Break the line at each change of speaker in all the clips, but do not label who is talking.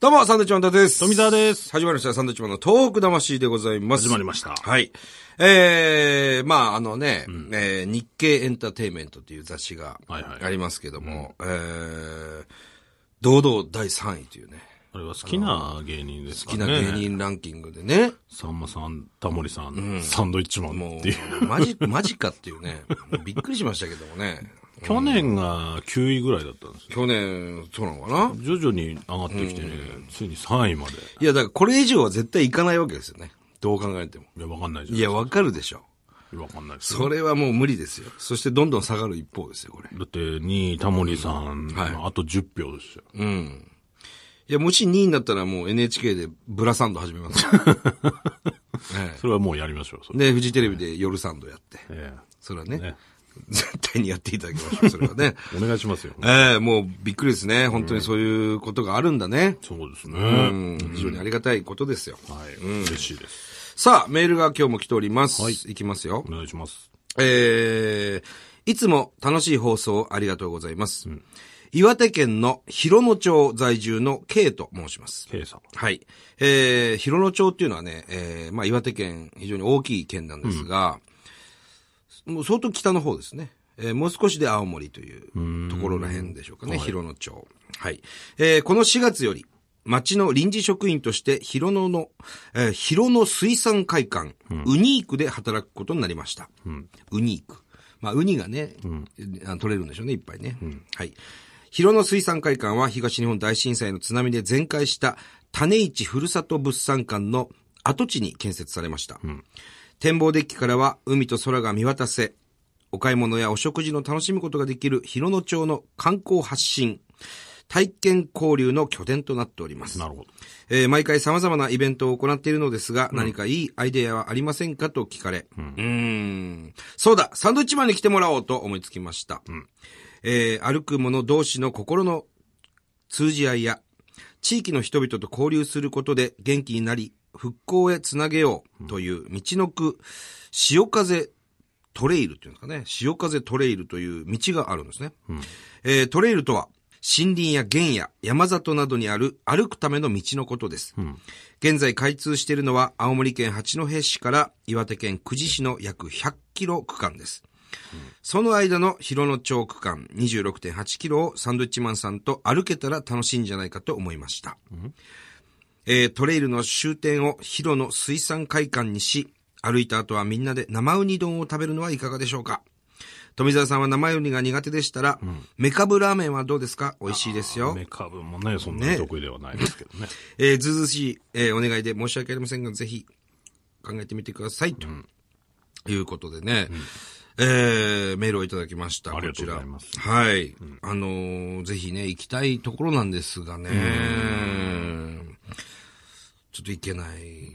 どうも、サンドウィッチマン伊達です。
富澤です。
始まりました、サンドウィッチマンの東北魂でございます。
始まりました
はい。えー、まあ、あのね、えー日経エンターテインメントという雑誌が
はいはい
ありますけども、えー、堂々第3位というね、
あれは好きな芸人です
好
か
き
ね。
な芸。人ランキングでね、
さんまさん、タモリさん、サンドイッチマン
も
っていう。
う、マジ、 マジかっていうね、びっくりしましたけどもね、
去年が9位ぐらいだったんですよ。
去年、そうなのかな
徐々に上がってきてね、ついに3位まで。
いや、だからこれ以上は絶対いかないわけですよね。どう考えても。
いや、わかんないじゃん。
いや、わかるでしょ。
わかんないですよ。
それはもう無理ですよ。そしてどんどん下がる一方ですよ、これ。
だって、2位タモリさん、
はい
あと10票ですよ。
うん。いや、もし2位になったらもう NHK でブラサンド始めます。 え
それはもうやりましょう、そ
え
れ。
で、フジテレビで夜サンドやって。
え
それはね、
ね
絶対にやっていただきましょう、それはね。
えお願いしますよ。
ええ もうびっくりですね。本当にそういうことがあるんだね。
そうです
う
ね。
ん、非常にありがたいことですよ。
はい。嬉しいです。
さあ、メールが今日も来ております。い、きますよ
お。願いします。
えー、いつも楽しい放送ありがとうございます。岩手県の広野町在住の K と申します。
K さん。
はい。えー、広野町っていうのはね、えー、まあ岩手県非常に大きい県なんですが、もう相当北の方ですね。えー、もう少しで青森というところら辺でしょうかね、広野町。はい。えー、この4月より、町の臨時職員として広野の、えー、広野水産会館、ウニークで働くことになりました。ウニーク。まあ、ウニがね、あ取れるんでしょうね、いっぱいね。はい。広野水産会館は東日本大震災の津波で全壊した種市ふるさと物産館の跡地に建設されました。展望デッキからは海と空が見渡せ、お買い物やお食事の楽しむことができる広野町の観光発信、体験交流の拠点となっております。
なるほど。
えー毎回様々なイベントを行っているのですが、何かいいアイデアはありませんかと聞かれ、うーん、そうだ、サンドウィッチマンに来てもらおうと思いつきました。えー歩く者同士の心の通じ合いや、地域の人々と交流することで元気になり、復興へつなげようという道の区、潮風トレイルっていうんですかね、潮風トレイルという道があるんですね。えートレイルとは、森林や原野、山里などにある歩くための道のことです。現在開通しているのは、青森県八戸市から岩手県久慈市の約100キロ区間です。その間の広野町区間26.8キロをサンドウィッチマンさんと歩けたら楽しいんじゃないかと思いました。えートレイルの終点を広野水産会館にし、歩いた後はみんなで生ウニ丼を食べるのはいかがでしょうか富澤さんは生ウニが苦手でしたら、メカブラーメンはどうですか美味しいですよ。
メカブもね、そんなに得意ではないですけどね。
えーずうずうしい、えーお願いで申し訳ありませんが、ぜひ考えてみてください。ということでね、えーメールをいただきました。
あり
こ
がと
ち
うご
ら。
ざいます
はい。あのーぜひね、行きたいところなんですがね、ちょっと行けない。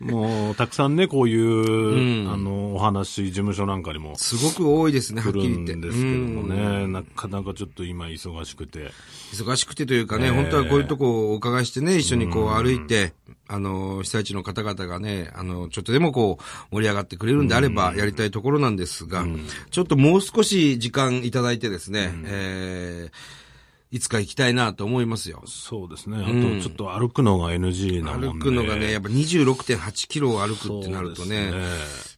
もう、たくさんね、こういう、あの、お話、事務所なんかにも
すごく多いですね、はっ
来
き
る
り言
ん
って。
ですけども
うん
ね、なかなかちょっと今忙しくて、
忙しくてというかね、本当はこういうとこをお伺いしてね、一緒にこう歩いて、あの、被災地の方々がね、あの、ちょっとでもこう、盛り上がってくれるんであれば、やりたいところなんですが、ちょっともう少し時間いただいてですね、えーいつか行きたいなと思いますよ。
そうですね、あとちょっと歩くのが NG なもんで。
歩くのがね、やっぱ26.8キロを歩
そ
く
う
っ
で
て
すね、
なるとね、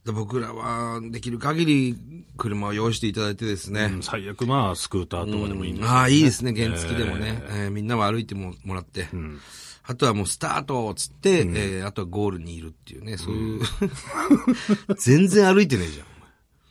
で僕らはできる限り車を用意していただいてですね、
うん最悪まあ、スクーターとかでもいいんですけど
ああ、いいですね、原付きでもね。えーみんなは歩いてももらって。あとはもうスタートっつって、えーあとはゴールにいるっていうね、そういう、 全然歩いてねえじゃん。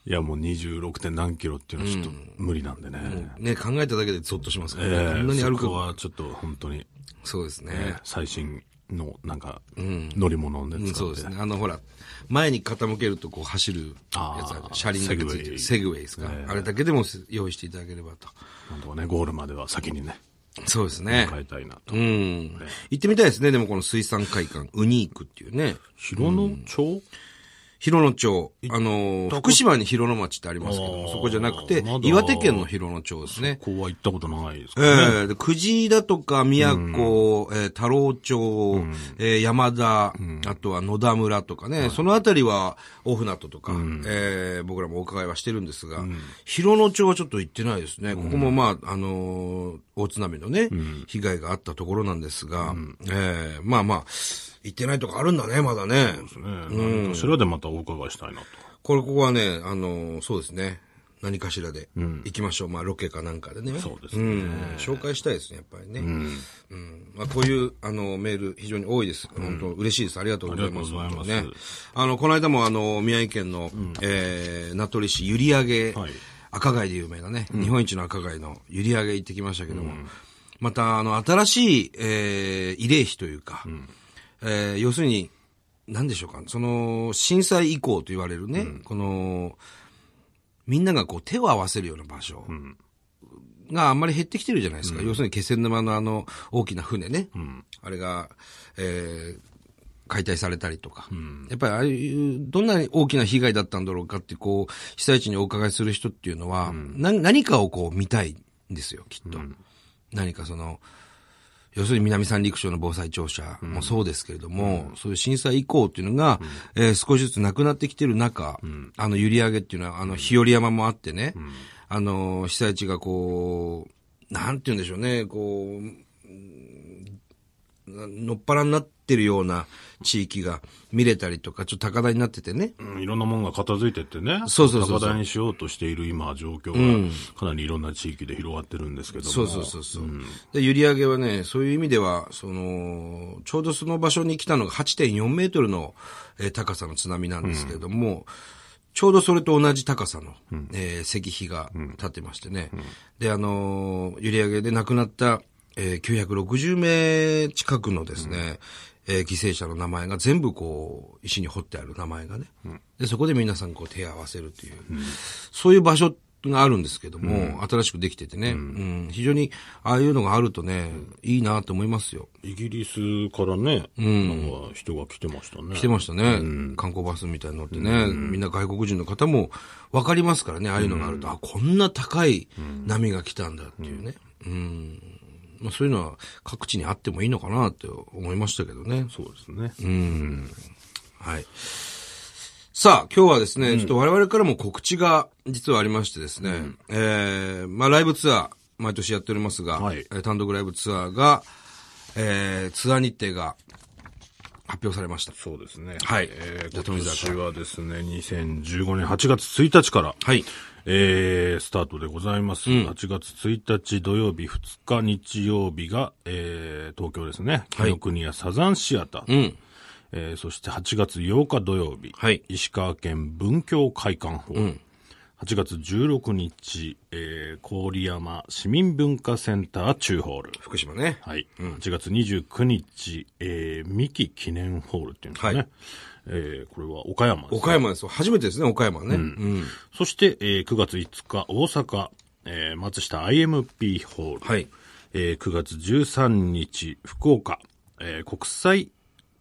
いや、もう 26. 点何キロっていうのはちょっと無理なんでね。
ね、考えただけでゾッとしますから
え
ね。こんな
え
に歩
そ
く
こ。はちょっと本当に、
そうです
え
ね
え。最新のなんか、乗り物をね、
うん
使
そ
っ
うで
て
す。ね。あの、ほら、前に傾けるとこう走るやつある
あー
車輪がついてる。
セ
セグウェイですか
え。え
あれだけでも用意していただければと。
なんとかね、ゴールまでは先にね、
そうですね。
変えたいなと
う。ん。行ってみたいですね。でもこの水産会館、ウニークっていうね。
広野町
広野町、あのー、福島に広野町ってありますけど
あ
も、
ー
そこじゃなくて、
まだ
岩手県の広野町ですね。
ここは行ったことないです
え
けどね。
えで久慈だとか、宮古、えー太郎町、えー山田、あとは野田村とかね、そのあたりは、大船渡とか、えー僕らもお伺いはしてるんですが、広野町はちょっと行ってないですね。ここもまあ、あのー大津波のね、被害があったところなんですが、ええまあまあ、行ってないとこあるんだね、まだね。
ね何かしらでまたお伺いしたいなと。
これ、ここはね、あの、そうですね。何かしらで行きましょう。まあ、ロケかなんかでね。
そうですね
ん紹介したいですね、やっぱりね。うん。まあ、こういう、あの、メール非常に多いです。本当、嬉しいです。ありがとうございます。
ありがとうございま
本
す
当にね。あの、この間も、あの、宮城県の、えー名取市閖上げ、
はい
赤貝で有名なね、日本一の赤貝の閖上げ行ってきましたけども、また、あの、新しい、えー、慰霊碑というか、えー要するに、何でしょうか、その、震災以降と言われるね、この、みんながこう手を合わせるような場所があんまり減ってきてるじゃないですか。要するに気仙沼のあの大きな船ね。あれが、えー解体されたりとか。やっぱりああいう、どんな大きな被害だったんだろうかってこう、被災地にお伺いする人っていうのは、な何かをこう見たいんですよ、きっと。何かその、要するに南三陸省の防災庁舎もそうですけれども、そういう震災以降っていうのが、えー少しずつなくなってきてる中、あの、閖上げっていうのは、あの、日和山もあってね、あの、被災地がこう、なんて言うんでしょうね、こう、うんのっぱらになってるような地域が見れたりとか、ちょっと高台になっててね、
うんいろんなものが片付いてってね。
そうそうそうそう
高台にしようとしている今、状況が、かなりいろんな地域で広がってるんですけども。
そうそうそうそう。で、閖上げはね、そういう意味では、その、ちょうどその場所に来たのが8.4メートルの、えー高さの津波なんですけれども、ちょうどそれと同じ高さの、えー石碑が立ってましてね。で、あのー、閖上げで亡くなった、えー960名近くのですね、えー犠牲者の名前が全部こう、石に彫ってある名前がね。で、そこで皆さんこう手を合わせるという、そういう場所があるんですけども、新しくできててね、うん非常にああいうのがあるとね、いいなと思いますよ。
イギリスからね、なんか人が来てましたね。
来てましたね、観光バスみたいに乗ってね、みんな外国人の方も分かりますからね、ああいうのがあると、あ、こんな高い波が来たんだっていうね。うんまあ、そういうのは各地にあってもいいのかなって思いましたけどね。
そうですね。
はい。さあ、今日はですね、ちょっと我々からも告知が実はありましてですね、えー、まあライブツアー、毎年やっておりますが、
はい
えー単独ライブツアーが、えー、ツアー日程が発表されました。
そうですね。
はい
えー
じゃあ
今
富澤
年
さん
はですね、2015年8月1日から、
はい。
えー、スタートでございます。8月1日土曜日、2日日曜日が、えー、東京ですね。紀ノ国屋サザンシアター。
ん
えーそして8月8日土曜日、
はい
石川県文京会館ホール。8月16日、えー、郡山市民文化センター中ホール。
福島ね。
はい。8月29日、えー、三木記念ホールっていうんですかね。
はい
えーこれは岡山ですね
岡山ですよ。初めてですね、岡山ね。うん。
そして、えー9月5日、大阪、えー松下 IMP ホール。
はい
えー9月13日、福岡、えー国際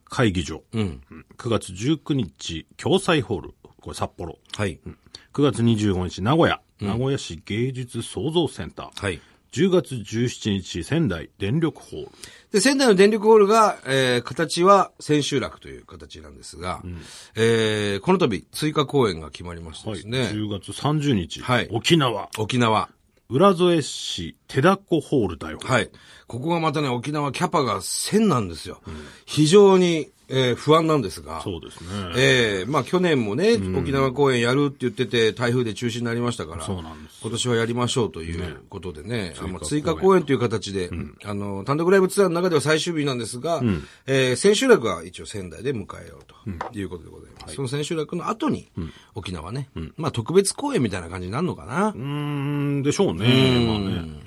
会議場。うん9月19日、共済ホール。これ札幌。
はい。
9月25日、名古屋。名古屋市芸術創造センター。
はい。
10月17日、仙台電力ホール。
で、仙台の電力ホールが、えー、形は千秋楽という形なんですが、えー、この度追加公演が決まりまして
は
で
い。
すね、
10月30日、
はい
沖縄、
沖縄。
浦添市手だこホールだよ。
はい。ここがまたね、沖縄キャパが1000なんですよ。非常に、えー不安なんですが。
そうですね。
ええまあ去年もね、沖縄公演やるって言ってて、台風で中止になりましたから、
そうなんです
今年はやりましょうということでね、あまあ追加公演という形で、あの、単独ライブツアーの中では最終日なんですが、えー千秋楽は一応仙台で迎えようということでございます。その千秋楽の後に、沖縄ね、まあ特別公演みたいな感じになるのかな。
うーん、でしょうね。まあね。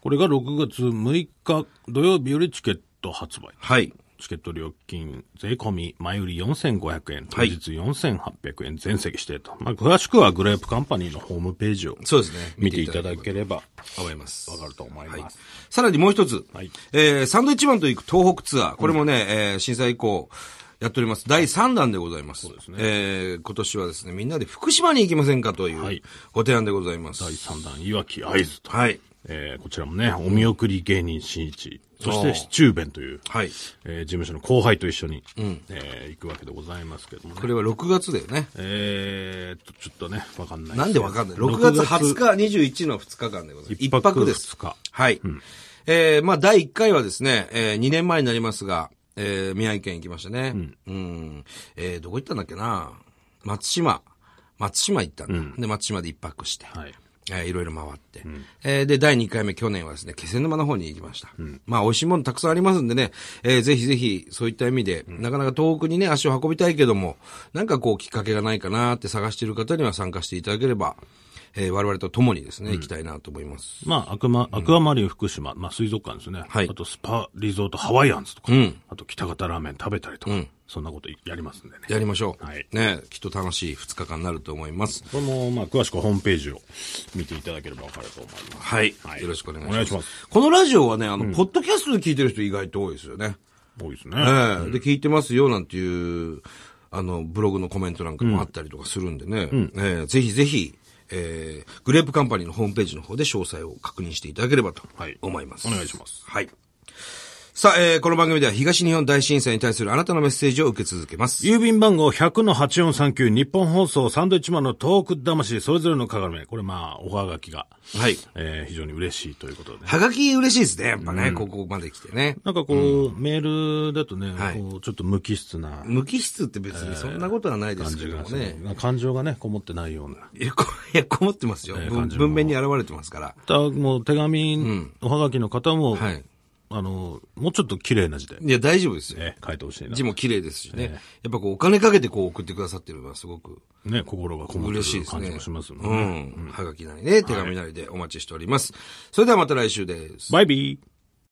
これが6月6日土曜日よりチケット発売。
はい。
チケット料金、税込み、前売り4500円、当
はい
日4800円、全席指定と。まあ、詳しくはグレープカンパニーのホームページを
そうですね。
見ていただければ
思います。
わかると思います。
さらにもう一つ、
はい
えー、サンドイッチマンと行く東北ツアー、これもね、えー震災以降、やっております。第3弾でございます。
すね
えー今年はですね、みんなで福島に行きませんかとい
は
う
い
ご提案でございます。
第3弾、いわき合図と。
はい。
えーこちらもね、お見送り芸人新一、そしてシチューベンという、
はい。
えー事務所の後輩と一緒に、えー行くわけでございますけどもね
こ。れは6月だよね。
えーっと、ちょっとね、わかんない
なんでわかんない ?6 月20日、21の2日間でございます。
一
一
泊
泊です
二。日
はい。えー、まあ、第1回はですね、えー、2年前になりますが、えー、宮城県行きましたね。うん。えー、どこ行ったんだっけな松島。松島行ったんだ。で、松島で一泊して。
はい。
えーいろいろ回って。えーで、第2回目、去年はですね、気仙沼の方に行きました。まあ、美味しいものたくさんありますんでね、えーぜひぜひ、そういった意味で、なかなか遠くにね、足を運びたいけども、なんかこう、きっかけがないかなって探している方には参加していただければ、えー我々と共にですね、行きたいなと思います。
まあ、アクマ、アクアマリン福島、まあ、水族館ですね。
はい
あと、スパリゾートハワイアンズとか、
ん
あと、北方ラーメン食べたりとか、そんなことやりますんでね。
やりましょう。
はい
ね、きっと楽しい2日間になると思います。
これも、まあ、詳しくはホームページを見ていただければわかると思います。
はい。
はい
よろしくお願いし
お
ます。
願いします
このラジオはね、あの、ポッドキャストで聞いてる人意外と多いですよね。
多いです
ええ
ね。
で、聞いてますよ、なんていう、あの、ブログのコメントなんかもあったりとかするんでね、ええぜひぜひ、ええグレープカンパニーのホームページの方で詳細を確認していただければと
はい
思います。
お願いします。
はい。さあ、ええこの番組では東日本大震災に対するあなたのメッセージを受け続けます。
郵便番号100-8439日本放送サンドイッチマンのトーク魂それぞれの鏡これまあ、おはがきが、
はい。
えー非常に嬉しいということでね。
はがき嬉しいですね、やっぱね、ここまで来てね。
なんかこう、メールだとね、
はい
こうちょっと無機質な
無機質って別にそんなことはないで
感
す
じ
けど
が
も
する、
ね。
なんか感情がね、こもってないような。
いや、こ いやこもってますよ。
ええ
文
感じも
文面に現れてますから。
たもう手紙、おはがきの方も、
はい。
あの、もうちょっと綺麗な字で、
いや、大丈夫ですよ。
ね、書いてほしいな
字。も綺麗ですしね。やっぱこう、お金かけてこう送ってくださってるのはすごく
ね、心がこもって
嬉しい
る
ですね。
感じもします
う
もんね。
ん。はがきなりね、手紙なりでお待ちしております。それではまた来週です。
バイビー